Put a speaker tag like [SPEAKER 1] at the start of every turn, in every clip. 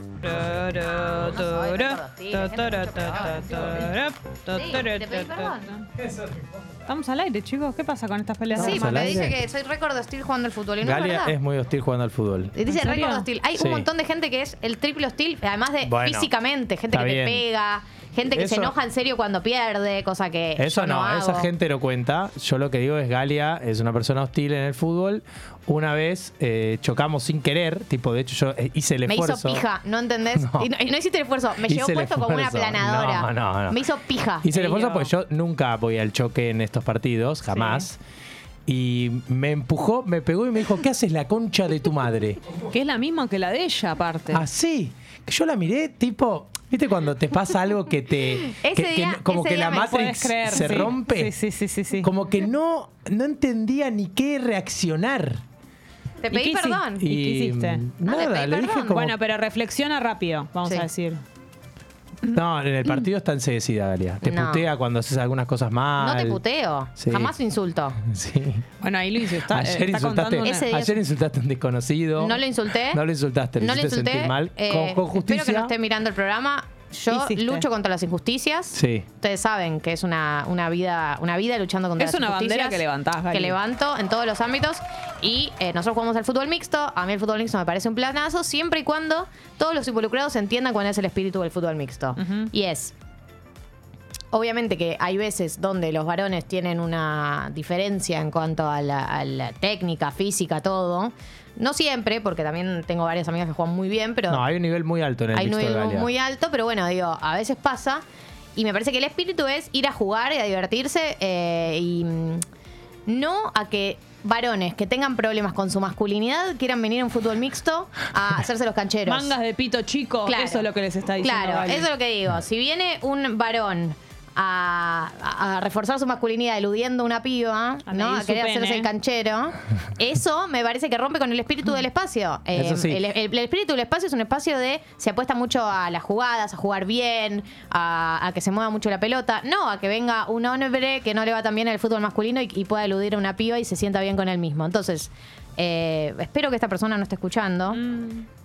[SPEAKER 1] Ah, uno sabe, Ricardo.
[SPEAKER 2] Totoro, totoro, totoro, totoro,
[SPEAKER 3] Sí, la gente mucho perdón, Sí, te
[SPEAKER 2] totoro,
[SPEAKER 3] pedí
[SPEAKER 2] totoro.
[SPEAKER 3] perdón.
[SPEAKER 4] Eso es rico.
[SPEAKER 2] Estamos al aire, chicos. ¿Qué pasa con estas peleas?
[SPEAKER 3] Sí,
[SPEAKER 5] Vamos al
[SPEAKER 3] porque dice
[SPEAKER 5] aire.
[SPEAKER 3] que soy récord hostil jugando al fútbol. Y no es
[SPEAKER 5] Galia
[SPEAKER 3] verdad. Eh,
[SPEAKER 5] es muy hostil jugando al fútbol.
[SPEAKER 3] Y Dice
[SPEAKER 2] ¿En serio?
[SPEAKER 3] récord hostil. Hay
[SPEAKER 5] Sí.
[SPEAKER 3] un montón de gente que es el triple hostil, además de
[SPEAKER 5] Bueno,
[SPEAKER 3] físicamente, gente
[SPEAKER 5] está
[SPEAKER 3] que
[SPEAKER 5] bien.
[SPEAKER 3] te pega, gente que se
[SPEAKER 5] Eso-
[SPEAKER 3] enoja en serio cuando pierde, cosa que.
[SPEAKER 5] Eso
[SPEAKER 3] yo
[SPEAKER 5] no,
[SPEAKER 3] hago.
[SPEAKER 5] esa gente lo cuenta. Yo lo que digo es Galia es una persona hostil en el fútbol. Una vez eh, chocamos sin querer, tipo, de hecho yo eh, hice el
[SPEAKER 3] Me
[SPEAKER 5] esfuerzo.
[SPEAKER 3] hizo pija, ¿no entendés?
[SPEAKER 5] No.
[SPEAKER 3] Y, no, y no hiciste el esfuerzo, me
[SPEAKER 5] Hice
[SPEAKER 3] llevó
[SPEAKER 5] el
[SPEAKER 3] puesto como una
[SPEAKER 5] esfuerzo.
[SPEAKER 3] aplanadora.
[SPEAKER 5] No, no, no.
[SPEAKER 3] Me hizo pija.
[SPEAKER 5] Hice el esfuerzo
[SPEAKER 2] Serio.
[SPEAKER 5] porque yo nunca voy al choque en estos partidos, jamás. Y me empujó, me pegó y me dijo, ¿qué haces la concha de tu madre?
[SPEAKER 2] Que es la misma que la de ella, aparte.
[SPEAKER 5] Ah, Así. Que yo la miré, tipo, ¿viste cuando te pasa algo que te.
[SPEAKER 3] Ese
[SPEAKER 5] que- que
[SPEAKER 3] día-
[SPEAKER 5] no- como
[SPEAKER 3] ese
[SPEAKER 5] que
[SPEAKER 3] día
[SPEAKER 5] la
[SPEAKER 3] me-
[SPEAKER 5] Matrix
[SPEAKER 2] Puedes creer,
[SPEAKER 5] se
[SPEAKER 2] sí.
[SPEAKER 5] rompe.
[SPEAKER 2] Sí, sí, sí, sí, sí.
[SPEAKER 5] Como que no, no entendía ni qué reaccionar.
[SPEAKER 3] Te
[SPEAKER 2] ¿Y
[SPEAKER 3] pedí
[SPEAKER 2] qué hici-
[SPEAKER 3] perdón.
[SPEAKER 2] ¿Y qué hiciste?
[SPEAKER 3] Ah,
[SPEAKER 5] mm,
[SPEAKER 3] le
[SPEAKER 5] Nada,
[SPEAKER 3] pedí
[SPEAKER 5] le dije
[SPEAKER 3] perdón.
[SPEAKER 5] como.
[SPEAKER 2] Bueno, pero reflexiona rápido, vamos
[SPEAKER 3] Sí.
[SPEAKER 2] a decir.
[SPEAKER 5] No, en el partido está enseguecida, Galia. Te
[SPEAKER 3] No.
[SPEAKER 5] putea cuando haces algunas cosas mal.
[SPEAKER 3] No te puteo.
[SPEAKER 5] Sí.
[SPEAKER 3] Jamás insulto.
[SPEAKER 5] Sí.
[SPEAKER 2] Bueno, ahí Luis está, eh, está
[SPEAKER 5] Ayer, insultaste,
[SPEAKER 2] contando una-
[SPEAKER 3] Ese día-
[SPEAKER 5] ayer insultaste a un desconocido.
[SPEAKER 3] No lo insulté.
[SPEAKER 5] No lo insultaste.
[SPEAKER 3] No le
[SPEAKER 5] hiciste
[SPEAKER 3] insulté.
[SPEAKER 5] sentir mal.
[SPEAKER 3] eh,
[SPEAKER 5] con, con justicia.
[SPEAKER 3] Espero que no esté mirando el programa. Yo
[SPEAKER 2] Hiciste.
[SPEAKER 3] lucho contra las injusticias.
[SPEAKER 5] Sí.
[SPEAKER 3] Ustedes saben que es una, una vida una vida luchando contra
[SPEAKER 2] Es
[SPEAKER 3] las
[SPEAKER 2] una bandera
[SPEAKER 3] injusticias
[SPEAKER 2] que levantás, Gali.
[SPEAKER 3] Que levanto en todos los ámbitos. Y eh, nosotros jugamos al fútbol mixto. A mí el fútbol mixto me parece un planazo, siempre y cuando todos los involucrados entiendan cuál es el espíritu del fútbol mixto. Y es. Obviamente que hay veces donde los varones tienen una diferencia en cuanto a la, a la técnica, física, todo. No siempre, porque también tengo varias amigas que juegan muy bien, pero
[SPEAKER 5] No, hay un nivel muy alto en el
[SPEAKER 3] hay un
[SPEAKER 5] mixto de
[SPEAKER 3] nivel
[SPEAKER 5] Galia.
[SPEAKER 3] muy alto, pero bueno, digo, a veces pasa. Y me parece que el espíritu es ir a jugar y a divertirse eh, y mm, no a que varones que tengan problemas con su masculinidad quieran venir a un fútbol mixto a hacerse los cancheros.
[SPEAKER 2] Mangas de pito chico,
[SPEAKER 3] Claro.
[SPEAKER 2] eso es lo que les está diciendo.
[SPEAKER 3] Claro,
[SPEAKER 2] Gali.
[SPEAKER 3] eso es lo que digo. Si viene un varón a, a- a reforzar su masculinidad eludiendo una piba,
[SPEAKER 2] A
[SPEAKER 3] ¿no?
[SPEAKER 2] medir
[SPEAKER 3] a
[SPEAKER 2] su
[SPEAKER 3] querer
[SPEAKER 2] pene.
[SPEAKER 3] hacerse el canchero, eso me parece que rompe con el espíritu del espacio. Eh,
[SPEAKER 5] Eso sí.
[SPEAKER 3] el, el- el espíritu del espacio es un espacio de se apuesta mucho a las jugadas, a jugar bien, a, a que se mueva mucho la pelota, no a que venga un hombre que no le va tan bien el fútbol masculino y, y pueda eludir a una piba y se sienta bien con él mismo. Entonces, eh, espero que esta persona no esté escuchando.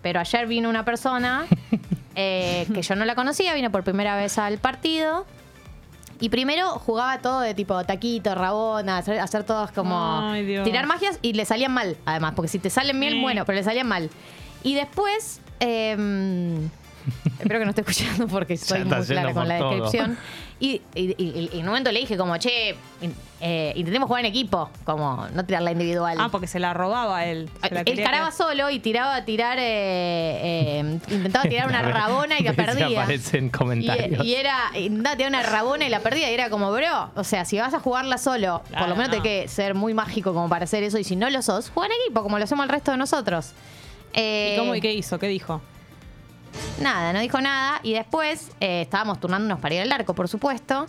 [SPEAKER 3] Pero ayer vino una persona eh, que yo no la conocía, vino por primera vez al partido. Y primero jugaba todo de tipo taquito, rabona, hacer, hacer todos como
[SPEAKER 2] Ay, Dios.
[SPEAKER 3] tirar magias y le salían mal, además, porque si te salen bien,
[SPEAKER 2] Eh.
[SPEAKER 3] bueno, pero le salían mal. Y después, em, espero que no esté escuchando porque soy
[SPEAKER 5] está
[SPEAKER 3] muy clara
[SPEAKER 5] yendo
[SPEAKER 3] con
[SPEAKER 5] por
[SPEAKER 3] la
[SPEAKER 5] todo.
[SPEAKER 3] descripción. Y, y- y- y en un momento le dije como, che, in- eh, intentemos jugar en equipo, como no tirar la individual.
[SPEAKER 2] Ah, porque se la robaba él. Se la
[SPEAKER 3] Ah, Él
[SPEAKER 2] quería
[SPEAKER 3] caraba
[SPEAKER 2] quedar.
[SPEAKER 3] solo y tiraba a tirar. eh, eh, intentaba tirar una
[SPEAKER 5] A ver,
[SPEAKER 3] rabona y la
[SPEAKER 5] ve si
[SPEAKER 3] perdía.
[SPEAKER 5] aparecen comentarios.
[SPEAKER 3] Y, y era. Intentaba tirar una rabona y la perdía. Y era como, bro, o sea, si vas a jugarla solo, por
[SPEAKER 2] Claro,
[SPEAKER 3] lo menos
[SPEAKER 2] Ah, no.
[SPEAKER 3] tenés que ser muy mágico como para hacer eso. Y si no lo sos, juega en equipo, como lo hacemos el resto de nosotros. Eh,
[SPEAKER 2] ¿Y cómo y qué hizo? ¿Qué dijo?
[SPEAKER 3] Nada, no dijo nada. Y después eh, estábamos turnándonos para ir al arco, por supuesto.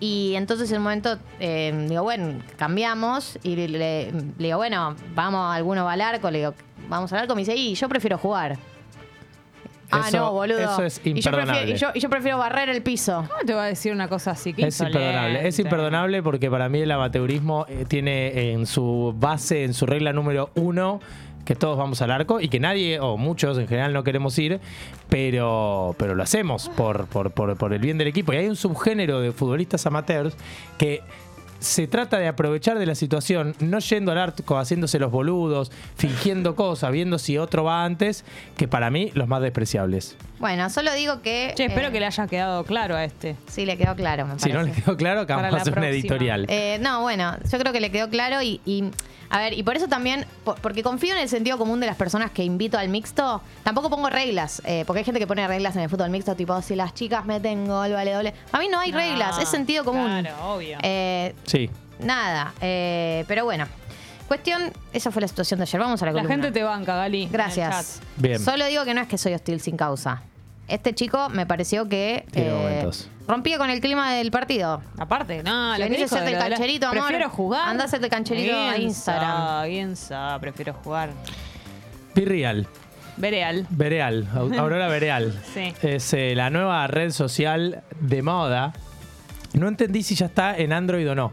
[SPEAKER 3] Y entonces en un momento, eh, digo, bueno, cambiamos. Y le, le- le digo, bueno, vamos, alguno va al arco. Le digo, vamos al arco. Me dice, y yo prefiero jugar. ah,
[SPEAKER 5] Eso-
[SPEAKER 3] no, boludo.
[SPEAKER 5] eso es
[SPEAKER 3] Y yo, prefiero,
[SPEAKER 5] imperdonable.
[SPEAKER 3] y yo- y yo prefiero barrer el piso.
[SPEAKER 2] ¿Cómo te va a decir una cosa así? Qué
[SPEAKER 5] Es imperdonable. Es
[SPEAKER 2] insolente.
[SPEAKER 5] imperdonable porque para mí el amateurismo eh, tiene en su base, en su regla número uno, que todos vamos al arco y que nadie, o muchos en general, no queremos ir, pero, pero lo hacemos por, por, por, por el bien del equipo. Y hay un subgénero de futbolistas amateurs que. Se trata de aprovechar de la situación, no yendo al arco, haciéndose los boludos, fingiendo cosas, viendo si otro va antes, que para mí los más despreciables.
[SPEAKER 3] Bueno, solo digo que.
[SPEAKER 2] Che, espero
[SPEAKER 3] eh,
[SPEAKER 2] que le haya quedado claro a este.
[SPEAKER 3] Sí, le quedó claro, me
[SPEAKER 5] Si no
[SPEAKER 3] parece.
[SPEAKER 5] les quedó claro,
[SPEAKER 2] Para
[SPEAKER 5] vamos
[SPEAKER 2] la
[SPEAKER 5] a hacer una
[SPEAKER 2] próxima.
[SPEAKER 5] editorial.
[SPEAKER 3] Eh, no, bueno, yo creo que le quedó claro y, y, a ver, y por eso también, po- porque confío en el sentido común de las personas que invito al mixto, tampoco pongo reglas, eh, porque hay gente que pone reglas en el fútbol mixto, tipo, si las chicas meten gol, vale doble. A mí no hay
[SPEAKER 2] No,
[SPEAKER 3] reglas, es sentido común.
[SPEAKER 2] claro, obvio.
[SPEAKER 3] Eh,
[SPEAKER 5] Sí.
[SPEAKER 3] nada, eh, pero bueno, cuestión, esa fue la situación de ayer, vamos a la,
[SPEAKER 2] La
[SPEAKER 3] columna.
[SPEAKER 2] gente te banca, Gali. en el
[SPEAKER 3] Gracias.
[SPEAKER 2] chat.
[SPEAKER 5] Bien.
[SPEAKER 3] Solo digo que no es que soy hostil sin causa. Este chico me pareció que eh,
[SPEAKER 5] Tiene momentos.
[SPEAKER 3] rompía con el clima del partido.
[SPEAKER 2] Aparte, no,
[SPEAKER 3] Si
[SPEAKER 2] lo que
[SPEAKER 3] venís a
[SPEAKER 2] dijo
[SPEAKER 3] hacerte
[SPEAKER 2] de
[SPEAKER 3] el
[SPEAKER 2] lo de la-
[SPEAKER 3] cancherito, amor,
[SPEAKER 2] Prefiero jugar.
[SPEAKER 3] andá a hacerte el cancherito a Instagram.
[SPEAKER 2] Guinza, prefiero jugar.
[SPEAKER 5] Pirreal.
[SPEAKER 2] Vereal.
[SPEAKER 5] Vereal, Au- Aurora Vereal.
[SPEAKER 2] Sí.
[SPEAKER 5] Es eh, la nueva red social de moda. No entendí si ya está en Android o no.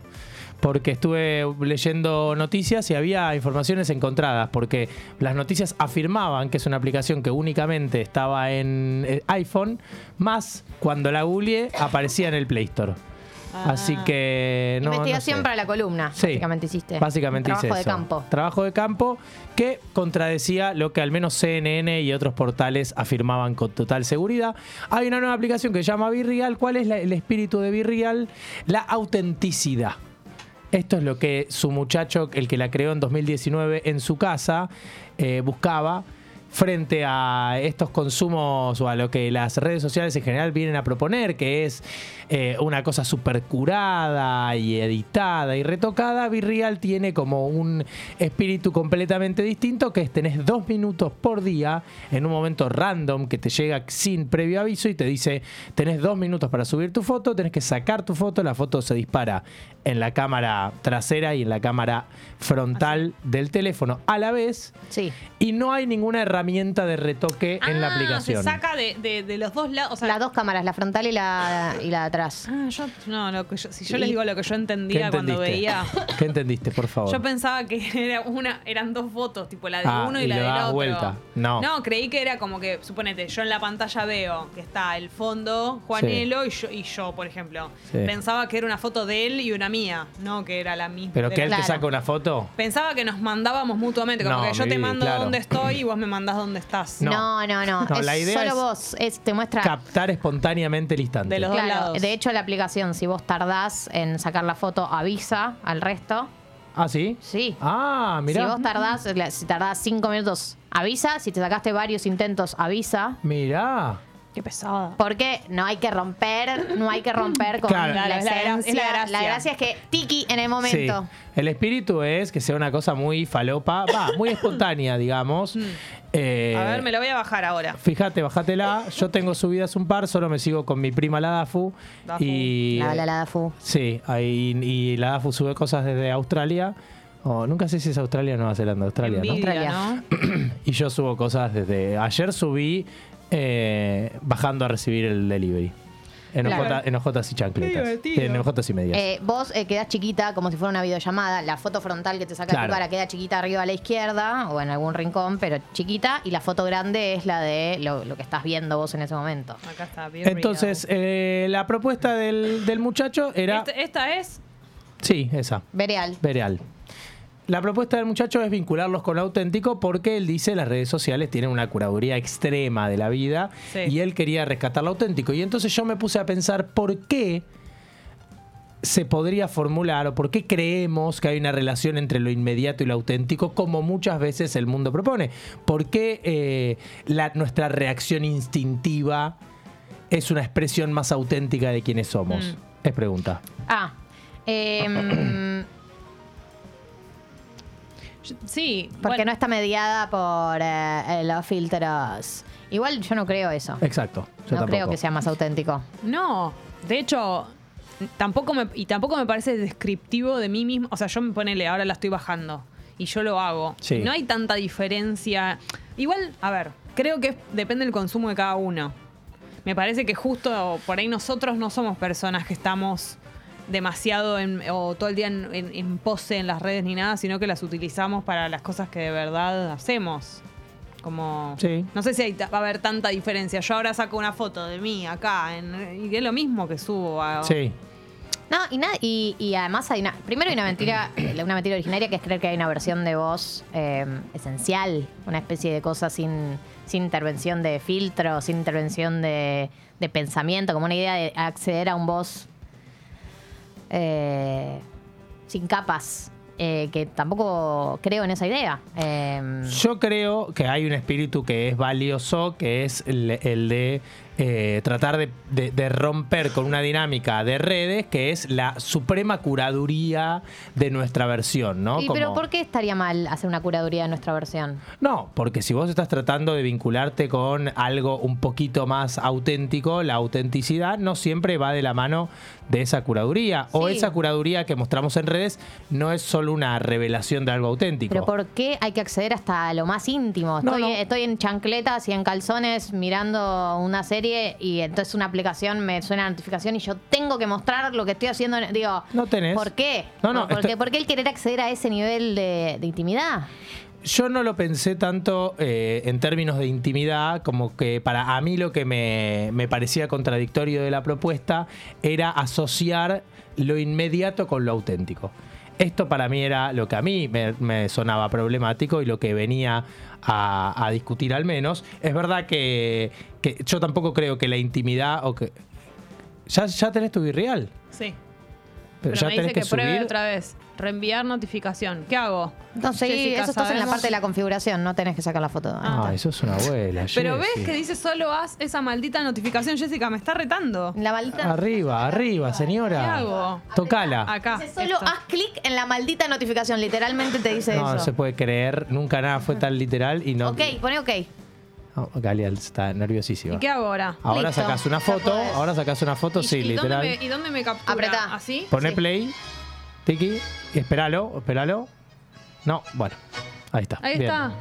[SPEAKER 5] porque estuve leyendo noticias y había informaciones encontradas, porque las noticias afirmaban que es una aplicación que únicamente estaba en eh, iPhone, más cuando la googleé aparecía en el Play Store. Así que... Eh, No, no
[SPEAKER 3] Investigación
[SPEAKER 5] sé.
[SPEAKER 3] para la columna,
[SPEAKER 5] Sí.
[SPEAKER 3] básicamente hiciste.
[SPEAKER 5] Básicamente
[SPEAKER 3] Un Trabajo
[SPEAKER 5] hice
[SPEAKER 3] de
[SPEAKER 5] eso.
[SPEAKER 3] campo.
[SPEAKER 5] Trabajo de campo que contradecía lo que al menos CNN y otros portales afirmaban con total seguridad. Hay una nueva aplicación que se llama Virreal. ¿Cuál es la- el espíritu de Virreal? La autenticidad. Esto es lo que su muchacho, el que la creó en 2019 en su casa, eh, buscaba frente a estos consumos o a lo que las redes sociales en general vienen a proponer, que es eh, una cosa super curada y editada y retocada, Virreal tiene como un espíritu completamente distinto, que es tenés dos minutos por día en un momento random que te llega sin previo aviso y te dice, tenés dos minutos para subir tu foto, tenés que sacar tu foto, la foto se dispara en la cámara trasera y en la cámara frontal del teléfono a la vez
[SPEAKER 3] Sí.
[SPEAKER 5] y no hay ninguna herramienta de retoque en la
[SPEAKER 2] Ah,
[SPEAKER 5] aplicación.
[SPEAKER 2] Se saca de, de- de los dos lados. O sea,
[SPEAKER 3] Las dos cámaras, la frontal y la, y la de atrás.
[SPEAKER 2] Ah, yo, no, lo que yo- si yo
[SPEAKER 3] Y-
[SPEAKER 2] les digo lo que yo
[SPEAKER 5] ¿Qué
[SPEAKER 2] entendía
[SPEAKER 5] entendiste?
[SPEAKER 2] cuando veía.
[SPEAKER 5] ¿Qué entendiste, por favor?
[SPEAKER 2] Yo pensaba que era una, eran dos fotos, tipo la de
[SPEAKER 5] Ah,
[SPEAKER 2] uno
[SPEAKER 5] y
[SPEAKER 2] y, la
[SPEAKER 5] le
[SPEAKER 2] del
[SPEAKER 5] dabas
[SPEAKER 2] otro.
[SPEAKER 5] vuelta. No.
[SPEAKER 2] creí que era como que, suponete, yo en la pantalla veo que está el fondo, Juanelo y, yo, y yo, por ejemplo.
[SPEAKER 5] Sí.
[SPEAKER 2] Pensaba que era una foto de él y una mía, no que era la misma.
[SPEAKER 5] Pero
[SPEAKER 2] de
[SPEAKER 5] que
[SPEAKER 2] la-
[SPEAKER 5] él te
[SPEAKER 3] Claro.
[SPEAKER 5] saca una foto.
[SPEAKER 2] Pensaba que nos mandábamos mutuamente, como
[SPEAKER 5] No,
[SPEAKER 2] que yo
[SPEAKER 5] mi
[SPEAKER 2] te
[SPEAKER 5] vida,
[SPEAKER 2] mando
[SPEAKER 5] claro.
[SPEAKER 2] dónde estoy y vos me mandás dónde estás.
[SPEAKER 5] No.
[SPEAKER 3] No, no, no.
[SPEAKER 5] No,
[SPEAKER 3] es
[SPEAKER 5] la idea
[SPEAKER 3] solo
[SPEAKER 5] es
[SPEAKER 3] vos. Es, te muestra.
[SPEAKER 5] Captar espontáneamente el instante.
[SPEAKER 2] De los dos
[SPEAKER 3] Claro,
[SPEAKER 2] lados.
[SPEAKER 3] de hecho, la aplicación, si vos tardás en sacar la foto, avisa al resto.
[SPEAKER 5] ¿Ah, sí?
[SPEAKER 3] Sí.
[SPEAKER 5] Ah,
[SPEAKER 3] Si
[SPEAKER 5] mirá.
[SPEAKER 3] vos tardás, la- si tardás cinco minutos, avisa. Si te sacaste varios intentos, avisa.
[SPEAKER 5] Mirá.
[SPEAKER 2] Qué pesada.
[SPEAKER 3] Porque no hay que romper, no hay que romper con
[SPEAKER 5] Claro.
[SPEAKER 3] la
[SPEAKER 2] Claro, es la gra-
[SPEAKER 3] esencia.
[SPEAKER 2] es la gracia.
[SPEAKER 3] es que tiki en el momento.
[SPEAKER 5] Sí. El espíritu es que sea una cosa muy falopa, va, muy espontánea, digamos. Eh,
[SPEAKER 2] Mm. A ver, me la voy a bajar ahora.
[SPEAKER 5] Fíjate, bájatela. Yo tengo subidas un par, solo me sigo con mi prima la DAFU.
[SPEAKER 2] Dafu.
[SPEAKER 5] Y,
[SPEAKER 3] La, la, la, la, fu.
[SPEAKER 5] Sí, ahí, y la DAFU sube cosas desde Australia. o nunca sé si es Australia o Nueva Zelanda, Australia, ¿no?
[SPEAKER 2] Envidia,
[SPEAKER 3] Australia.
[SPEAKER 2] ¿no?
[SPEAKER 5] Y yo subo cosas desde. Ayer subí eh, bajando a recibir el delivery. En,
[SPEAKER 3] Claro.
[SPEAKER 5] OJ, en OJs y chancletas.
[SPEAKER 2] Qué divertido.
[SPEAKER 5] En OJs y medias.
[SPEAKER 3] Eh, vos eh, quedás chiquita como si fuera una videollamada. La foto frontal que te saca
[SPEAKER 5] Claro.
[SPEAKER 3] tu cara queda chiquita arriba a la izquierda o en algún rincón, pero chiquita. Y la foto grande es la de lo, lo que estás viendo vos en ese momento.
[SPEAKER 2] Acá está. bien
[SPEAKER 5] Entonces, eh, la propuesta del, del muchacho era.
[SPEAKER 2] Esta, Este, esta es.
[SPEAKER 5] Sí, esa.
[SPEAKER 3] Vereal.
[SPEAKER 5] Vereal. La propuesta del muchacho es vincularlos con lo auténtico porque él dice las redes sociales tienen una curaduría extrema de la vida
[SPEAKER 2] Sí.
[SPEAKER 5] y él quería rescatar lo auténtico. Y entonces yo me puse a pensar por qué se podría formular o por qué creemos que hay una relación entre lo inmediato y lo auténtico como muchas veces el mundo propone. ¿Por qué eh, la- nuestra reacción instintiva es una expresión más auténtica de quienes somos?
[SPEAKER 3] Mm.
[SPEAKER 5] Es pregunta.
[SPEAKER 3] Ah. em,
[SPEAKER 2] yo- Sí.
[SPEAKER 3] porque
[SPEAKER 2] bueno.
[SPEAKER 3] no está mediada por eh, eh, los filtros. Igual yo no creo eso.
[SPEAKER 5] Exacto.
[SPEAKER 3] no
[SPEAKER 5] Eh, Yo
[SPEAKER 3] creo
[SPEAKER 5] tampoco.
[SPEAKER 3] que sea más auténtico.
[SPEAKER 2] No, de hecho, tampoco me, y tampoco me parece descriptivo de mí mismo. O sea, yo me ponele, ahora la estoy bajando y yo lo hago.
[SPEAKER 5] Sí.
[SPEAKER 2] No hay tanta diferencia. Igual, a ver, creo que es- depende del consumo de cada uno. Me parece que justo por ahí nosotros no somos personas que estamos demasiado en- o todo el día en, en- en pose en las redes ni nada, sino que las utilizamos para las cosas que de verdad hacemos. Como
[SPEAKER 5] Sí.
[SPEAKER 2] no sé si hay ta- va a haber tanta diferencia. Yo ahora saco una foto de mí acá en- y es lo mismo que subo. a-
[SPEAKER 5] Sí.
[SPEAKER 3] No, y, na- y, y además hay una. Primero hay una mentira, eh, una mentira originaria que es creer que hay una versión de voz eh, esencial, una especie de cosa sin, sin intervención de filtro, sin intervención de, de pensamiento, como una idea de acceder a un voz eh, sin capas. eh, que tampoco creo en esa idea. Eh,
[SPEAKER 5] Yo creo que hay un espíritu que es valioso, que es el, el de eh, tratar de, de- de romper con una dinámica de redes, que es la suprema curaduría de nuestra versión, ¿no?
[SPEAKER 3] y,
[SPEAKER 5] Como-
[SPEAKER 3] pero ¿por qué estaría mal hacer una curaduría de nuestra versión?
[SPEAKER 5] No, porque si vos estás tratando de vincularte con algo un poquito más auténtico, la autenticidad no siempre va de la mano de esa curaduría. O
[SPEAKER 3] Sí.
[SPEAKER 5] esa curaduría que mostramos en redes no es solo una revelación de algo auténtico.
[SPEAKER 3] Pero ¿por qué hay que acceder hasta lo más íntimo?
[SPEAKER 5] No,
[SPEAKER 3] Estoy,
[SPEAKER 5] no.
[SPEAKER 3] estoy en chancletas y en calzones mirando una serie y entonces una aplicación me suena la notificación y yo tengo que mostrar lo que estoy haciendo. en- Digo,
[SPEAKER 5] No tenés.
[SPEAKER 3] ¿por qué?
[SPEAKER 5] No, no,
[SPEAKER 3] ¿Por,
[SPEAKER 5] estoy-
[SPEAKER 3] qué, por qué el querer acceder a ese nivel de, de intimidad?
[SPEAKER 5] Yo no lo pensé tanto eh, en términos de intimidad, como que para a mí lo que me, me parecía contradictorio de la propuesta era asociar lo inmediato con lo auténtico. Esto para mí era lo que a mí me, me sonaba problemático y lo que venía a, a discutir al menos. Es verdad que, que yo tampoco creo que la intimidad o que... Ya, ya tenés tu virreal.
[SPEAKER 2] Sí.
[SPEAKER 5] Pero,
[SPEAKER 2] Pero
[SPEAKER 5] ya
[SPEAKER 2] me
[SPEAKER 5] tenés
[SPEAKER 2] dice que,
[SPEAKER 5] que
[SPEAKER 2] pruebe
[SPEAKER 5] subir.
[SPEAKER 2] otra vez. Reenviar notificación. ¿Qué hago?
[SPEAKER 3] No sé,
[SPEAKER 2] Jessica,
[SPEAKER 3] eso estás en la
[SPEAKER 2] ¿sabemos?
[SPEAKER 3] parte de la configuración, no tenés que sacar la foto.
[SPEAKER 5] Ah, eso es una abuela.
[SPEAKER 2] Pero ves
[SPEAKER 5] Jessy.
[SPEAKER 2] que dice solo haz esa maldita notificación, Jessica, me está retando.
[SPEAKER 3] La maldita.
[SPEAKER 5] Arriba, arriba, señora.
[SPEAKER 2] ¿Qué hago?
[SPEAKER 5] Tocala.
[SPEAKER 2] Acá.
[SPEAKER 3] Dice, solo
[SPEAKER 2] esto.
[SPEAKER 3] haz clic en la maldita notificación, literalmente te dice
[SPEAKER 5] No, no
[SPEAKER 3] eso.
[SPEAKER 5] se puede creer. Nunca nada fue tan literal y no.
[SPEAKER 3] Ok, pone ok.
[SPEAKER 5] Oh, Galial está nerviosísima.
[SPEAKER 2] ¿Y qué hago ahora?
[SPEAKER 5] Ahora
[SPEAKER 3] Listo.
[SPEAKER 5] sacas una
[SPEAKER 3] Ya
[SPEAKER 5] foto.
[SPEAKER 3] podés.
[SPEAKER 5] Ahora sacas una foto,
[SPEAKER 2] ¿Y-
[SPEAKER 5] Ah, sí,
[SPEAKER 2] y
[SPEAKER 5] literal.
[SPEAKER 2] Dónde me, ¿Y dónde me captura?
[SPEAKER 3] Apretá.
[SPEAKER 2] ¿Así?
[SPEAKER 5] Poné
[SPEAKER 3] Sí.
[SPEAKER 5] play. Tiki. y Esperalo, esperalo. No, bueno. Ahí está.
[SPEAKER 2] Ahí
[SPEAKER 5] bien.
[SPEAKER 2] está.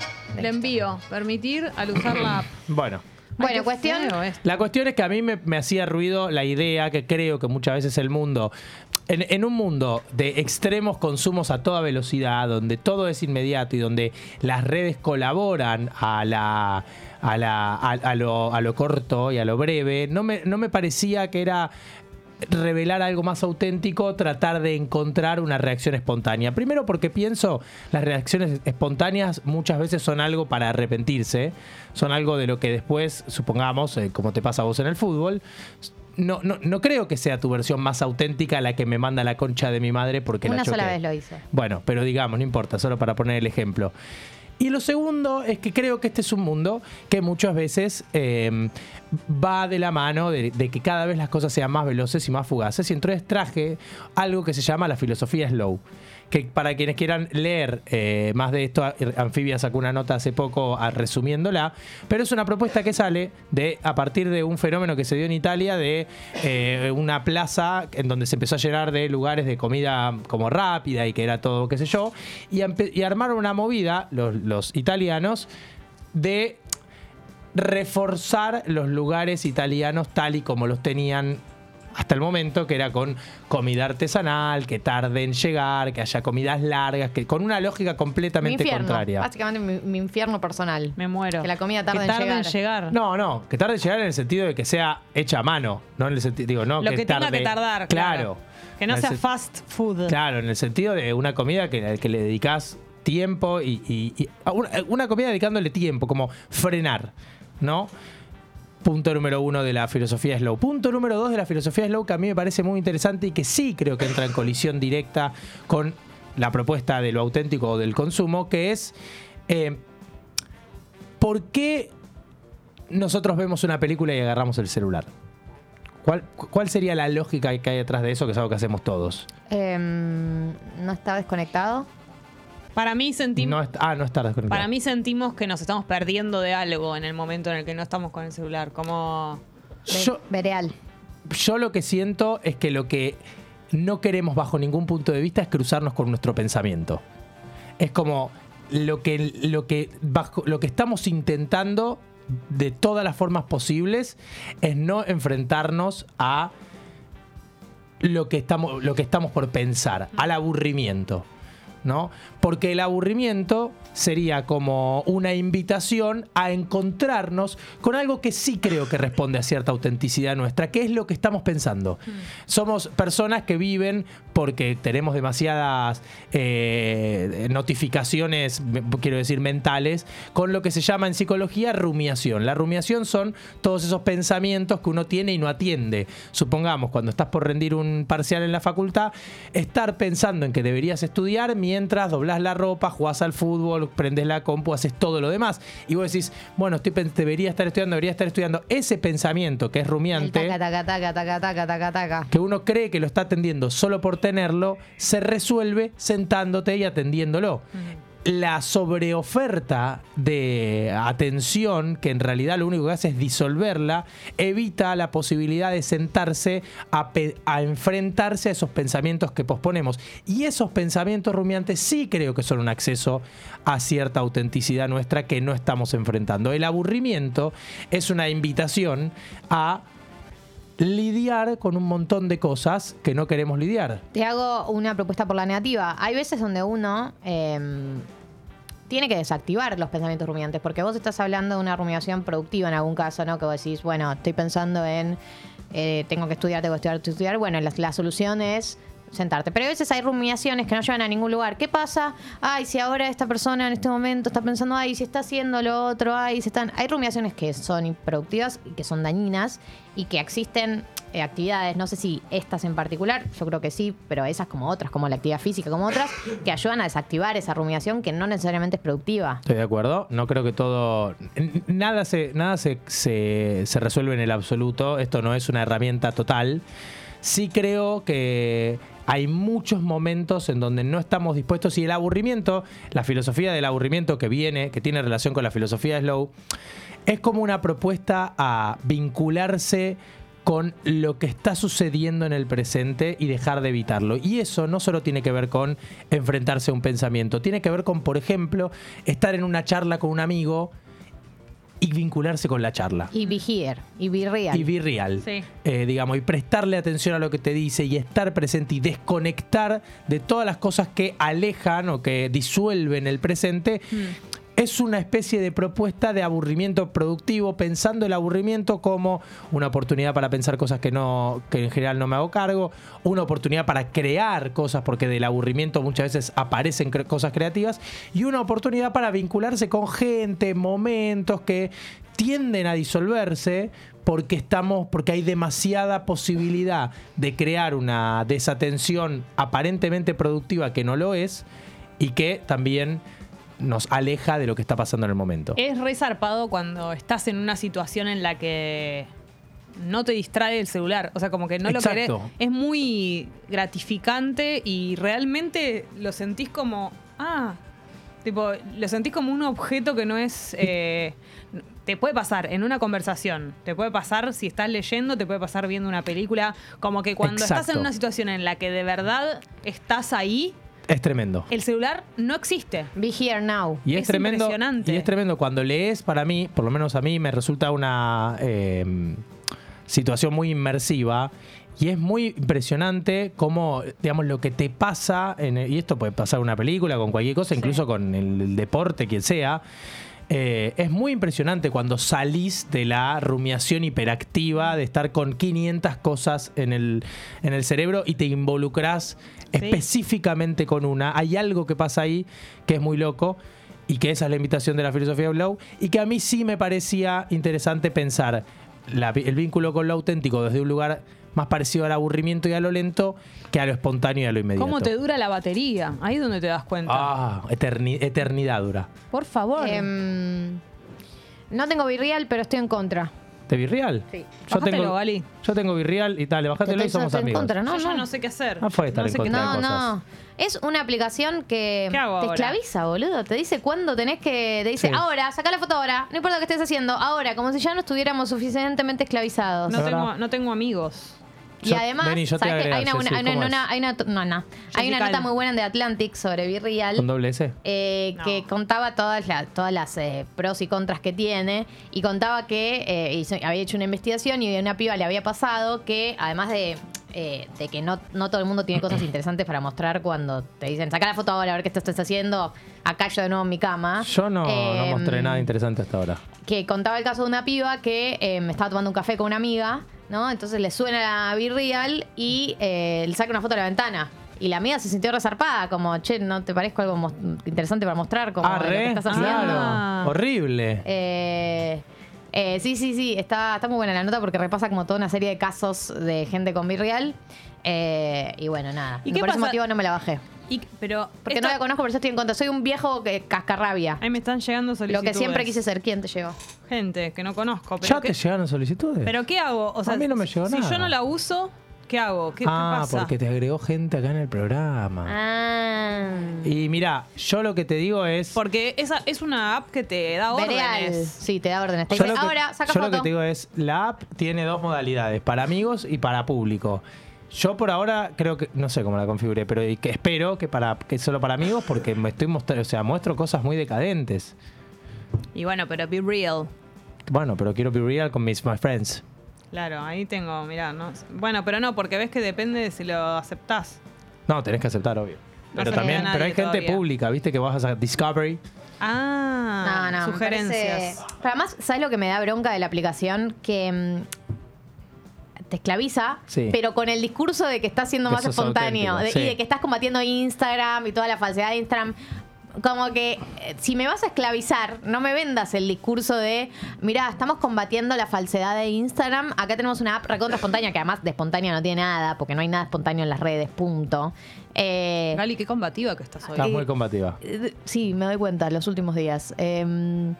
[SPEAKER 2] Le envío. Permitir al usar la app.
[SPEAKER 5] Bueno.
[SPEAKER 3] Bueno,
[SPEAKER 2] Ay, qué
[SPEAKER 3] cuestión-
[SPEAKER 2] feo esto.
[SPEAKER 5] La cuestión es que a mí me, me hacía ruido la idea que creo que muchas veces el mundo, en, en un mundo de extremos consumos a toda velocidad, donde todo es inmediato y donde las redes colaboran a la... A, la, a, a lo, a lo corto y a lo breve, no me, no me parecía que era revelar algo más auténtico, tratar de encontrar una reacción espontánea. Primero porque pienso, las reacciones espontáneas muchas veces son algo para arrepentirse, son algo de lo que después, supongamos, eh, como te pasa a vos en el fútbol, no, no, no creo que sea tu versión más auténtica la que me manda la concha de mi madre porque la
[SPEAKER 3] Una sola
[SPEAKER 5] choqué.
[SPEAKER 3] vez lo hice.
[SPEAKER 5] Bueno, pero digamos, no importa, solo para poner el ejemplo. Y lo segundo es que creo que este es un mundo que muchas veces eh, va de la mano de, de que cada vez las cosas sean más veloces y más fugaces. Y entonces traje algo que se llama la filosofía slow. Que para quienes quieran leer eh, más de esto, Anfibia sacó una nota hace poco ah, resumiéndola. Pero es una propuesta que sale de a partir de un fenómeno que se dio en Italia de eh, una plaza en donde se empezó a llenar de lugares de comida como rápida y que era todo, qué sé yo, y, empe- y armaron una movida, los, los italianos, de reforzar los lugares italianos tal y como los tenían hasta el momento, que era con comida artesanal, que tarde en llegar, que haya comidas largas, que con una lógica
[SPEAKER 3] Mi
[SPEAKER 5] completamente
[SPEAKER 3] infierno.
[SPEAKER 5] contraria.
[SPEAKER 3] Básicamente mi, mi infierno personal.
[SPEAKER 2] Me muero.
[SPEAKER 3] Que la comida
[SPEAKER 2] Que
[SPEAKER 3] tarda en
[SPEAKER 2] en
[SPEAKER 3] llegar.
[SPEAKER 2] llegar.
[SPEAKER 5] No, no, que tarde en llegar en el sentido de que sea hecha a mano, no en el sentido, digo, no,
[SPEAKER 2] Lo que tenga
[SPEAKER 5] tarde-
[SPEAKER 2] que tardar. Claro. Que no
[SPEAKER 5] En el
[SPEAKER 2] sea
[SPEAKER 5] sen-
[SPEAKER 2] fast food.
[SPEAKER 5] Claro, en el sentido de una comida que, al que le dedicas tiempo y. y- y- a una, a una comida dedicándole tiempo, como frenar, ¿no? Punto número uno de la filosofía slow. Punto número dos de la filosofía slow que a mí me parece muy interesante y que sí creo que entra en colisión directa con la propuesta de lo auténtico o del consumo, que es eh, ¿por qué nosotros vemos una película y agarramos el celular? ¿Cuál, ¿Cuál sería la lógica que hay detrás de eso, que es algo que hacemos todos?
[SPEAKER 3] Em, no está desconectado.
[SPEAKER 2] Para mí sentimos.
[SPEAKER 5] No est- ah, no estar desconectado.
[SPEAKER 2] Para mí sentimos que nos estamos perdiendo de algo en el momento en el que no estamos con el celular. Como.
[SPEAKER 3] Ve-
[SPEAKER 5] yo,
[SPEAKER 3] Vereal.
[SPEAKER 5] yo lo que siento es que lo que no queremos bajo ningún punto de vista es cruzarnos con nuestro pensamiento. Es como lo que, lo que, bajo, lo que estamos intentando de todas las formas posibles es no enfrentarnos a lo que estamos, lo que estamos por pensar, al aburrimiento. ¿No? Porque el aburrimiento sería como una invitación a encontrarnos con algo que sí creo que responde a cierta autenticidad nuestra, que es lo que estamos pensando. Somos personas que viven porque tenemos demasiadas eh, notificaciones, me- quiero decir, mentales, con lo que se llama en psicología rumiación. La rumiación son todos esos pensamientos que uno tiene y no atiende. Supongamos, cuando estás por rendir un parcial en la facultad, estar pensando en que deberías estudiar mientras doblás la ropa, jugás al fútbol, prendes la compu, haces todo lo demás. Y vos decís, bueno, estoy, pen- debería estar estudiando, debería estar estudiando. Ese pensamiento que es
[SPEAKER 3] El
[SPEAKER 5] rumiante
[SPEAKER 3] Taca, taca, taca, taca, taca, taca, taca.
[SPEAKER 5] que uno cree que lo está atendiendo solo por tenerlo, se resuelve sentándote y atendiéndolo. la sobreoferta de atención, que en realidad lo único que hace es disolverla, evita la posibilidad de sentarse a, pe- a enfrentarse a esos pensamientos que posponemos. Y esos pensamientos rumiantes sí creo que son un acceso a cierta autenticidad nuestra que no estamos enfrentando. El aburrimiento es una invitación a lidiar con un montón de cosas que no queremos lidiar.
[SPEAKER 3] Te hago una propuesta por la negativa. Hay veces donde uno eh, tiene que desactivar los pensamientos rumiantes, porque vos estás hablando de una rumiación productiva en algún caso, ¿no? Que vos decís, bueno, estoy pensando en, eh, tengo que estudiar, tengo que estudiar, tengo que estudiar. Bueno, la, la solución es sentarte. Pero a veces hay rumiaciones que no llevan a ningún lugar. ¿Qué pasa? Ay, si ahora esta persona en este momento está pensando, ay, si está haciendo lo otro, ay, si están... Hay rumiaciones que son improductivas y que son dañinas y que existen eh, actividades, no sé si estas en particular, yo creo que sí, pero esas como otras, como la actividad física, como otras, que ayudan a desactivar esa rumiación que no necesariamente es productiva.
[SPEAKER 5] Estoy de acuerdo. No creo que todo. n- Nada se, nada se, se- se resuelve en el absoluto. Esto no es una herramienta total. Sí creo que hay muchos momentos en donde no estamos dispuestos y el aburrimiento, la filosofía del aburrimiento que viene, que tiene relación con la filosofía de Slow, es como una propuesta a vincularse con lo que está sucediendo en el presente y dejar de evitarlo. Y eso no solo tiene que ver con enfrentarse a un pensamiento, tiene que ver con, por ejemplo, estar en una charla con un amigo y vincularse con la charla.
[SPEAKER 3] Y be here, y be real.
[SPEAKER 5] Y be real,
[SPEAKER 2] Sí.
[SPEAKER 5] eh, digamos, y prestarle atención a lo que te dice y estar presente y desconectar de todas las cosas que alejan o que disuelven el presente es una especie de propuesta de aburrimiento productivo, pensando el aburrimiento como una oportunidad para pensar cosas que no, que en general no me hago cargo, una oportunidad para crear cosas, porque del aburrimiento muchas veces aparecen cre- cosas creativas, y una oportunidad para vincularse con gente, momentos que tienden a disolverse porque estamos porque hay demasiada posibilidad de crear una desatención aparentemente productiva que no lo es y que también nos aleja de lo que está pasando en el momento.
[SPEAKER 2] Es re zarpado cuando estás en una situación en la que no te distrae el celular. O sea, como que no lo
[SPEAKER 5] Exacto.
[SPEAKER 2] querés. Es muy gratificante y realmente lo sentís como. Ah. Tipo, lo sentís como un objeto que no es. eh, te puede pasar en una conversación. Te puede pasar si estás leyendo, te puede pasar viendo una película. Como que cuando estás en
[SPEAKER 5] Exacto.
[SPEAKER 2] una situación en la que de verdad estás ahí,
[SPEAKER 5] Es tremendo.
[SPEAKER 2] el celular no existe.
[SPEAKER 3] Be here now.
[SPEAKER 5] Y es,
[SPEAKER 2] Es
[SPEAKER 5] tremendo.
[SPEAKER 2] impresionante.
[SPEAKER 5] Y es tremendo cuando lees, para mí, por lo menos a mí, me resulta una eh, situación muy inmersiva. Y es muy impresionante cómo, digamos, lo que te pasa, en el- y esto puede pasar en una película, con cualquier cosa, incluso con el, el deporte, quien sea. eh, es muy impresionante cuando salís de la rumiación hiperactiva, de estar con 500 cosas en el, en el cerebro y te involucras específicamente con una. Hay algo que pasa ahí que es muy loco y que esa es la invitación de la filosofía de Blau y que a mí sí me parecía interesante pensar la vi- el vínculo con lo auténtico desde un lugar más parecido al aburrimiento y a lo lento que a lo espontáneo y a lo inmediato.
[SPEAKER 2] ¿Cómo te dura la batería? Ahí es donde te das cuenta.
[SPEAKER 5] Ah, eterni- eternidad dura.
[SPEAKER 2] Por favor.
[SPEAKER 3] Em, no tengo be real, pero estoy en contra.
[SPEAKER 5] ¿Te virreal?
[SPEAKER 3] Sí.
[SPEAKER 2] Bájatelo, Gali.
[SPEAKER 5] Yo tengo virreal y tal, bájatelo
[SPEAKER 3] Estoy-
[SPEAKER 5] y somos
[SPEAKER 3] estoy en
[SPEAKER 5] amigos.
[SPEAKER 3] contra,
[SPEAKER 2] no,
[SPEAKER 3] no,
[SPEAKER 2] Yo ya
[SPEAKER 3] no.
[SPEAKER 2] no sé qué hacer.
[SPEAKER 5] Ah, fue estar
[SPEAKER 2] no sé
[SPEAKER 5] en
[SPEAKER 2] qué-
[SPEAKER 5] contra.
[SPEAKER 2] No,
[SPEAKER 5] de
[SPEAKER 3] No,
[SPEAKER 5] cosas.
[SPEAKER 3] no. Es una aplicación que
[SPEAKER 2] ¿Qué hago
[SPEAKER 3] te
[SPEAKER 2] ahora?
[SPEAKER 3] esclaviza, boludo. Te dice cuándo tenés que. Te dice,
[SPEAKER 5] Sí.
[SPEAKER 3] ahora, saca la foto ahora. No importa qué estés haciendo, ahora, como si ya no estuviéramos suficientemente esclavizados.
[SPEAKER 2] no
[SPEAKER 5] Es
[SPEAKER 2] tengo,
[SPEAKER 5] verdad.
[SPEAKER 2] no tengo amigos.
[SPEAKER 3] Y
[SPEAKER 5] Yo-
[SPEAKER 3] además,
[SPEAKER 5] vení, yo te
[SPEAKER 3] ¿sabés qué? hay una,
[SPEAKER 5] agrego,
[SPEAKER 3] buena-
[SPEAKER 5] sí,
[SPEAKER 3] hay una-
[SPEAKER 5] ¿cómo
[SPEAKER 3] una-
[SPEAKER 5] es?
[SPEAKER 3] hay una- no, no. Hay una
[SPEAKER 2] Jessica
[SPEAKER 3] nota
[SPEAKER 2] Alba.
[SPEAKER 3] muy buena de Atlantic sobre Virreal.
[SPEAKER 5] ¿Con doble S?
[SPEAKER 3] eh,
[SPEAKER 2] No.
[SPEAKER 3] que contaba todas, la- todas las eh, pros y contras que tiene y contaba que eh, hizo- había hecho una investigación y una piba le había pasado que además de, eh, de que no, no todo el mundo tiene cosas interesantes para mostrar cuando te dicen saca la foto ahora a ver qué estás haciendo acá yo de nuevo en mi cama
[SPEAKER 5] Yo no, no
[SPEAKER 3] Em,
[SPEAKER 5] mostré nada interesante hasta ahora.
[SPEAKER 3] que contaba el caso de una piba que eh, me estaba tomando un café con una amiga, ¿no? Entonces le suena la Virreal y eh, le saca una foto a la ventana. Y la amiga se sintió resarpada, como, che, ¿no te parezco algo mos- interesante para mostrar? Como
[SPEAKER 5] ah,
[SPEAKER 3] de lo
[SPEAKER 5] re,
[SPEAKER 3] que estás haciendo.
[SPEAKER 2] Ah.
[SPEAKER 5] claro. Horrible.
[SPEAKER 3] Eh, eh, sí, sí, sí, está, está muy buena la nota porque repasa como toda una serie de casos de gente con Virreal. Eh, y bueno, nada.
[SPEAKER 2] ¿Y
[SPEAKER 3] ¿Y
[SPEAKER 2] qué
[SPEAKER 3] por ese
[SPEAKER 2] pasa?
[SPEAKER 3] motivo no me la bajé.
[SPEAKER 2] Y, pero
[SPEAKER 3] Porque
[SPEAKER 2] esto-
[SPEAKER 3] no la conozco, pero yo estoy en contra. Soy un viejo que, cascarrabia.
[SPEAKER 2] ahí me están llegando
[SPEAKER 3] Lo
[SPEAKER 2] solicitudes.
[SPEAKER 3] que siempre quise ser. ¿Quién te llegó?
[SPEAKER 2] Gente que no conozco. Pero
[SPEAKER 5] ¿Ya
[SPEAKER 2] qué,
[SPEAKER 5] te llegaron solicitudes?
[SPEAKER 2] ¿Pero qué hago? O sea,
[SPEAKER 5] A mí no me llegó
[SPEAKER 2] si
[SPEAKER 5] nada.
[SPEAKER 2] yo no la uso, ¿qué hago? ¿Qué, qué
[SPEAKER 5] ah,
[SPEAKER 2] pasa?
[SPEAKER 5] porque te agregó gente acá en el programa.
[SPEAKER 3] Ah.
[SPEAKER 5] Y mira, yo lo que te digo es.
[SPEAKER 2] Porque esa es una app que te da
[SPEAKER 3] Vereal.
[SPEAKER 2] órdenes.
[SPEAKER 3] Sí, te da órdenes. Te
[SPEAKER 5] Yo
[SPEAKER 3] dice,
[SPEAKER 5] lo que-
[SPEAKER 3] ahora, saca
[SPEAKER 5] yo
[SPEAKER 3] foto.
[SPEAKER 5] lo que te digo es, la app tiene dos modalidades, para amigos y para público. Yo por ahora creo que, no sé cómo la configuré, pero y que espero que para que solo para amigos porque me estoy mostrando, o sea, muestro cosas muy decadentes.
[SPEAKER 2] Y bueno, pero be real.
[SPEAKER 5] Bueno, pero quiero be real con mis my friends.
[SPEAKER 2] Claro, ahí tengo, mirá, no. sé. Bueno, pero no, porque ves que depende de si lo aceptás.
[SPEAKER 5] No, tenés que aceptar, obvio.
[SPEAKER 2] No
[SPEAKER 5] Pero
[SPEAKER 2] acepté a
[SPEAKER 5] también,
[SPEAKER 2] nadie
[SPEAKER 5] pero hay gente
[SPEAKER 2] todavía.
[SPEAKER 5] pública, ¿viste? Que vas a Discovery.
[SPEAKER 2] Ah,
[SPEAKER 3] No, no, me
[SPEAKER 2] sugerencias.
[SPEAKER 3] parece- Pero además, ¿sabes lo que me da bronca de la aplicación? Que mm, te esclaviza,
[SPEAKER 5] Sí.
[SPEAKER 3] pero con el discurso de que estás siendo
[SPEAKER 5] Que
[SPEAKER 3] más
[SPEAKER 5] sos
[SPEAKER 3] espontáneo de-
[SPEAKER 5] auténtico,
[SPEAKER 3] y
[SPEAKER 5] sí.
[SPEAKER 3] de que estás combatiendo Instagram y toda la falsedad de Instagram. Como que eh, si me vas a esclavizar, no me vendas el discurso de, mira, estamos combatiendo la falsedad de Instagram, acá tenemos una app recontra espontánea, que además de espontánea no tiene nada, porque no hay nada espontáneo en las redes, punto. Eh,
[SPEAKER 2] Gali, qué combativa que estás hoy.
[SPEAKER 5] Estás muy combativa.
[SPEAKER 3] eh, Sí, me doy cuenta los últimos días. Eh,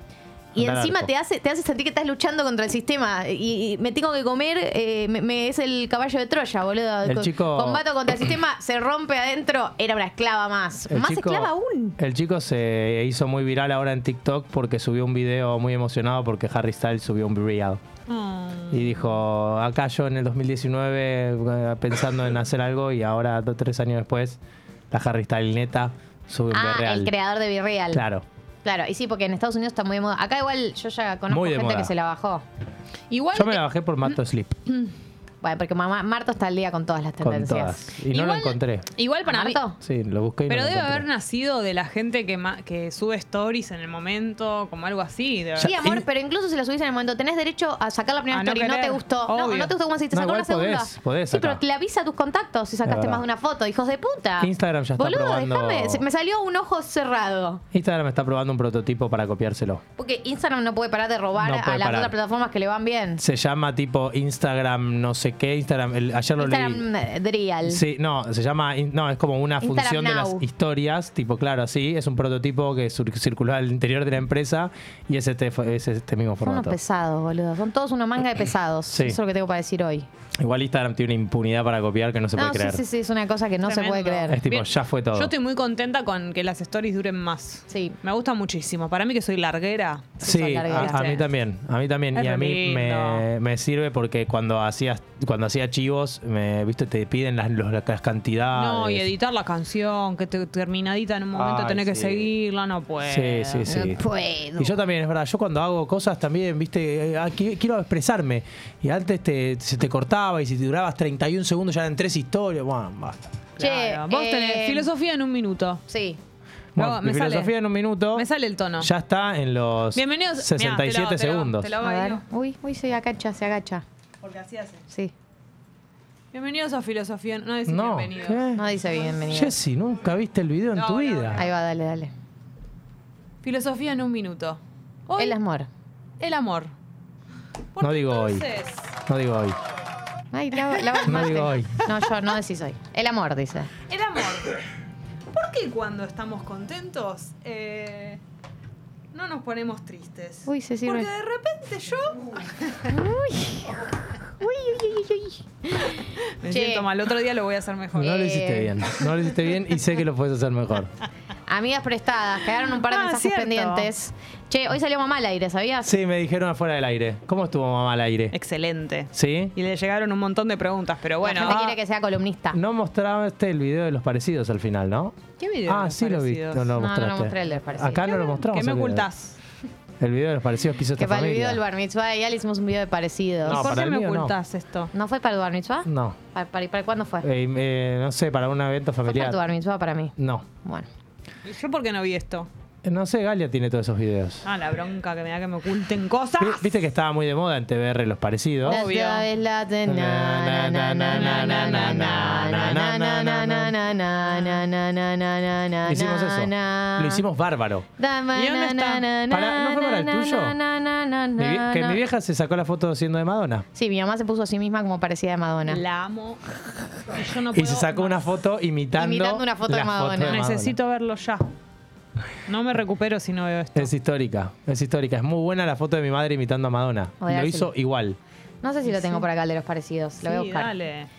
[SPEAKER 3] y
[SPEAKER 5] Andar
[SPEAKER 3] encima
[SPEAKER 5] harto.
[SPEAKER 3] te hace, te hace sentir que estás luchando contra el sistema. Y, y me tengo que comer, eh, me, me- es el caballo de Troya, boludo.
[SPEAKER 5] El
[SPEAKER 3] Co-
[SPEAKER 5] chico-
[SPEAKER 3] Combato contra el sistema, se rompe adentro, era una esclava más.
[SPEAKER 5] El
[SPEAKER 3] más
[SPEAKER 5] chico-
[SPEAKER 3] esclava aún.
[SPEAKER 5] El chico se hizo muy viral ahora en TikTok porque subió un video muy emocionado porque Harry Styles subió un be real.
[SPEAKER 2] Mm.
[SPEAKER 5] Y dijo, acá yo en el 2019 eh, pensando en hacer algo y ahora, dos, tres años después, la Harry Styles neta sube un
[SPEAKER 3] Ah,
[SPEAKER 5] real.
[SPEAKER 3] el creador de Virreal.
[SPEAKER 5] Claro.
[SPEAKER 3] Claro, y sí, porque en Estados Unidos está muy de moda. Acá igual yo ya conozco
[SPEAKER 5] Muy de
[SPEAKER 3] gente
[SPEAKER 5] moda.
[SPEAKER 3] que se la bajó.
[SPEAKER 2] Igual,
[SPEAKER 5] Yo me la bajé por Mato Sleep,
[SPEAKER 3] Bueno, porque mamá, Marta está al día con todas las
[SPEAKER 5] con
[SPEAKER 3] tendencias.
[SPEAKER 5] todas. Y no lo
[SPEAKER 2] igual-
[SPEAKER 5] encontré.
[SPEAKER 2] Igual para
[SPEAKER 3] ¿A
[SPEAKER 2] mí.
[SPEAKER 3] Marto?
[SPEAKER 5] Sí, lo busqué y
[SPEAKER 2] Pero
[SPEAKER 5] no lo
[SPEAKER 2] debe
[SPEAKER 5] encontré.
[SPEAKER 2] haber nacido de la gente que, ma- que sube stories en el momento, como algo así. de
[SPEAKER 3] Sí,
[SPEAKER 2] verdad.
[SPEAKER 3] amor,
[SPEAKER 5] y-
[SPEAKER 3] pero incluso si la subís en el momento, tenés derecho a sacar la primera
[SPEAKER 2] A no
[SPEAKER 3] story, no, te
[SPEAKER 2] querer,
[SPEAKER 3] gustó. No,
[SPEAKER 2] obvio.
[SPEAKER 3] no te gustó como si te
[SPEAKER 5] No,
[SPEAKER 3] sacó
[SPEAKER 5] igual
[SPEAKER 3] la segunda.
[SPEAKER 5] podés, podés
[SPEAKER 3] sí,
[SPEAKER 5] sacar.
[SPEAKER 3] pero te avisa a tus contactos si sacaste
[SPEAKER 5] verdad.
[SPEAKER 3] más de una foto, hijos de puta.
[SPEAKER 5] Instagram ya está
[SPEAKER 3] Boludo,
[SPEAKER 5] probando-
[SPEAKER 3] déjame, se- me salió un ojo cerrado.
[SPEAKER 5] Instagram está probando un prototipo para copiárselo.
[SPEAKER 3] Porque Instagram no puede parar de robar
[SPEAKER 5] No
[SPEAKER 3] a
[SPEAKER 5] puede
[SPEAKER 3] las
[SPEAKER 5] parar.
[SPEAKER 3] otras plataformas que le van bien.
[SPEAKER 5] Se llama tipo Instagram no sé qué, Instagram, el- ayer lo leí.
[SPEAKER 3] Instagram eh, Drial.
[SPEAKER 5] Sí, no, se llama, in- no, es como una
[SPEAKER 3] Instagram
[SPEAKER 5] función de
[SPEAKER 3] Now.
[SPEAKER 5] las historias, tipo, claro, sí, es un prototipo que sur- circuló al interior de la empresa y es este, fo- es este mismo
[SPEAKER 3] Son unos
[SPEAKER 5] formato.
[SPEAKER 3] pesados, boludo. Son todos una manga de pesados.
[SPEAKER 5] Sí.
[SPEAKER 3] Eso es lo que tengo para decir hoy.
[SPEAKER 5] Igual Instagram tiene una impunidad para copiar que no se
[SPEAKER 3] no,
[SPEAKER 5] puede creer.
[SPEAKER 3] sí, sí, sí, es una cosa que no se puede
[SPEAKER 2] Tremendo.
[SPEAKER 3] creer.
[SPEAKER 5] Es tipo,
[SPEAKER 2] Bien.
[SPEAKER 5] ya fue todo.
[SPEAKER 2] Yo estoy muy contenta con que las stories duren
[SPEAKER 5] Eh,
[SPEAKER 2] más.
[SPEAKER 3] Sí.
[SPEAKER 2] Me gusta muchísimo. Para mí que soy larguera.
[SPEAKER 5] Sí,
[SPEAKER 3] largas.
[SPEAKER 5] a, a mí también, a mí también.
[SPEAKER 2] Es
[SPEAKER 5] y a
[SPEAKER 2] re
[SPEAKER 5] mí
[SPEAKER 2] lindo.
[SPEAKER 5] me, me sirve porque cuando hacías cuando hacía chivos, me, viste, te piden las, los- las cantidades.
[SPEAKER 2] No, y editar la canción, que te, terminadita en un momento
[SPEAKER 5] Ay,
[SPEAKER 2] tenés que
[SPEAKER 5] sí.
[SPEAKER 2] seguirla, no puedo.
[SPEAKER 5] Sí, sí, sí.
[SPEAKER 3] No puedo.
[SPEAKER 5] Y yo también, es verdad, yo cuando hago cosas también, viste, eh, ah, qui- quiero expresarme. Y antes te, se te cortaba y si te durabas 31 segundos ya eran tres historias. Bueno, basta.
[SPEAKER 2] Claro.
[SPEAKER 3] Che,
[SPEAKER 2] Vos tenés
[SPEAKER 3] eh,
[SPEAKER 2] filosofía en un minuto.
[SPEAKER 3] Sí.
[SPEAKER 5] Bueno,
[SPEAKER 2] Luego,
[SPEAKER 5] mi
[SPEAKER 2] me sale.
[SPEAKER 5] filosofía en un minuto.
[SPEAKER 2] Me sale el tono.
[SPEAKER 5] Ya está en los
[SPEAKER 2] Bienvenidos. mirá, te lo-
[SPEAKER 5] 67
[SPEAKER 2] te lo-
[SPEAKER 5] segundos.
[SPEAKER 2] te lo hago
[SPEAKER 3] A
[SPEAKER 2] ahí,
[SPEAKER 3] ver.
[SPEAKER 2] ¿no?
[SPEAKER 3] Uy, uy, se agacha, se agacha.
[SPEAKER 2] Porque así hace.
[SPEAKER 3] Sí.
[SPEAKER 2] Bienvenidos a filosofía. No decís
[SPEAKER 5] no,
[SPEAKER 2] bienvenidos.
[SPEAKER 3] No dice bienvenido.
[SPEAKER 5] Jessy, nunca viste el video en
[SPEAKER 2] No,
[SPEAKER 5] tu
[SPEAKER 2] no,
[SPEAKER 5] vida.
[SPEAKER 2] no.
[SPEAKER 3] Ahí va, dale, dale.
[SPEAKER 2] Filosofía en un minuto. Hoy,
[SPEAKER 3] Él es mor.
[SPEAKER 2] el amor. Porque
[SPEAKER 5] No digo hoy.
[SPEAKER 2] entonces-
[SPEAKER 5] No digo hoy.
[SPEAKER 3] Ay, la, la
[SPEAKER 5] No digo hoy.
[SPEAKER 3] No, yo no decís hoy. El amor, dice.
[SPEAKER 2] El amor. ¿Por qué cuando estamos contentos eh, no nos ponemos tristes?
[SPEAKER 3] Uy, Ceci,
[SPEAKER 2] Porque
[SPEAKER 3] me-
[SPEAKER 2] de repente yo
[SPEAKER 3] Uy, uy, uy, uy.
[SPEAKER 2] me
[SPEAKER 3] Che.
[SPEAKER 2] siento mal. Otro día lo voy a hacer mejor.
[SPEAKER 5] No lo
[SPEAKER 3] Eh.
[SPEAKER 5] hiciste bien. No lo hiciste bien y sé que lo puedes hacer mejor.
[SPEAKER 3] Amigas prestadas, quedaron un par de
[SPEAKER 2] Ah,
[SPEAKER 3] mensajes
[SPEAKER 2] cierto.
[SPEAKER 3] pendientes. Che, hoy salió mamá al aire, ¿sabías?
[SPEAKER 5] Sí, me dijeron afuera del aire. ¿Cómo estuvo mamá al aire?
[SPEAKER 2] Excelente.
[SPEAKER 5] ¿Sí?
[SPEAKER 2] Y le llegaron un montón de preguntas, pero bueno.
[SPEAKER 3] la gente
[SPEAKER 5] ah.
[SPEAKER 3] quiere que sea columnista.
[SPEAKER 5] No mostraste el video de los parecidos al final, ¿no?
[SPEAKER 2] ¿Qué video?
[SPEAKER 5] Ah, sí lo vi.
[SPEAKER 2] viste.
[SPEAKER 5] No,
[SPEAKER 3] No, no
[SPEAKER 5] lo
[SPEAKER 3] lo
[SPEAKER 5] mostraste.
[SPEAKER 3] mostré el de los parecidos.
[SPEAKER 5] Acá no lo mostramos.
[SPEAKER 2] ¿Qué me
[SPEAKER 5] el video.
[SPEAKER 2] ocultás?
[SPEAKER 5] El video de los parecidos que hizo
[SPEAKER 3] que
[SPEAKER 5] esta
[SPEAKER 3] para el video
[SPEAKER 5] familia.
[SPEAKER 3] del bar mitzvah y le hicimos un video de parecidos.
[SPEAKER 5] No,
[SPEAKER 2] ¿Por
[SPEAKER 5] para
[SPEAKER 2] qué
[SPEAKER 5] el
[SPEAKER 2] me
[SPEAKER 5] mío no.
[SPEAKER 2] ocultás esto?
[SPEAKER 3] ¿No fue para el bar mitzvah?
[SPEAKER 5] No.
[SPEAKER 3] ¿Para, para, para cuándo fue?
[SPEAKER 5] Eh, eh, no sé, para un evento
[SPEAKER 3] fue para tu bar
[SPEAKER 5] familiar.
[SPEAKER 3] mitzvah para mí.
[SPEAKER 5] No. Eh,
[SPEAKER 3] Bueno.
[SPEAKER 2] ¿Y ¿Yo por qué no vi esto?
[SPEAKER 5] No sé, Galia tiene todos esos videos.
[SPEAKER 2] Ah, la bronca que me da que me oculten cosas.
[SPEAKER 5] Vi- Viste que estaba muy de moda en TBR los parecidos.
[SPEAKER 2] Obvio.
[SPEAKER 3] La llave es la de na, na, na, na, na, na, na, na, na, na, na, na, na, na, na, na, na, na, na,
[SPEAKER 5] Hicimos eso.
[SPEAKER 3] na.
[SPEAKER 5] Lo hicimos bárbaro.
[SPEAKER 3] Dame
[SPEAKER 2] ¿Y dónde
[SPEAKER 3] na,
[SPEAKER 2] está?
[SPEAKER 3] na, na,
[SPEAKER 5] Pará, ¿no fue para el
[SPEAKER 3] na,
[SPEAKER 5] tuyo?
[SPEAKER 3] na, na, na, na,
[SPEAKER 5] Mi vie-
[SPEAKER 3] na,
[SPEAKER 5] que
[SPEAKER 3] na.
[SPEAKER 5] mi vieja se sacó la foto siendo de Madonna.
[SPEAKER 3] Sí, mi mamá se puso a sí misma como parecida de Madonna.
[SPEAKER 2] La amo. Y yo no
[SPEAKER 5] Y
[SPEAKER 2] puedo
[SPEAKER 5] se sacó
[SPEAKER 2] más.
[SPEAKER 5] una foto imitando,
[SPEAKER 3] Imitando una foto de
[SPEAKER 5] la
[SPEAKER 3] Madonna.
[SPEAKER 2] Necesito verlo ya. No me recupero si no veo esto.
[SPEAKER 5] Es histórica, es histórica. Es muy buena la foto de mi madre imitando a Madonna.
[SPEAKER 3] Voy a
[SPEAKER 5] Lo
[SPEAKER 3] ver si-
[SPEAKER 5] hizo igual.
[SPEAKER 3] No sé si lo tengo por acá el de los parecidos. Lo voy a
[SPEAKER 2] Sí,
[SPEAKER 3] buscar.
[SPEAKER 2] dale.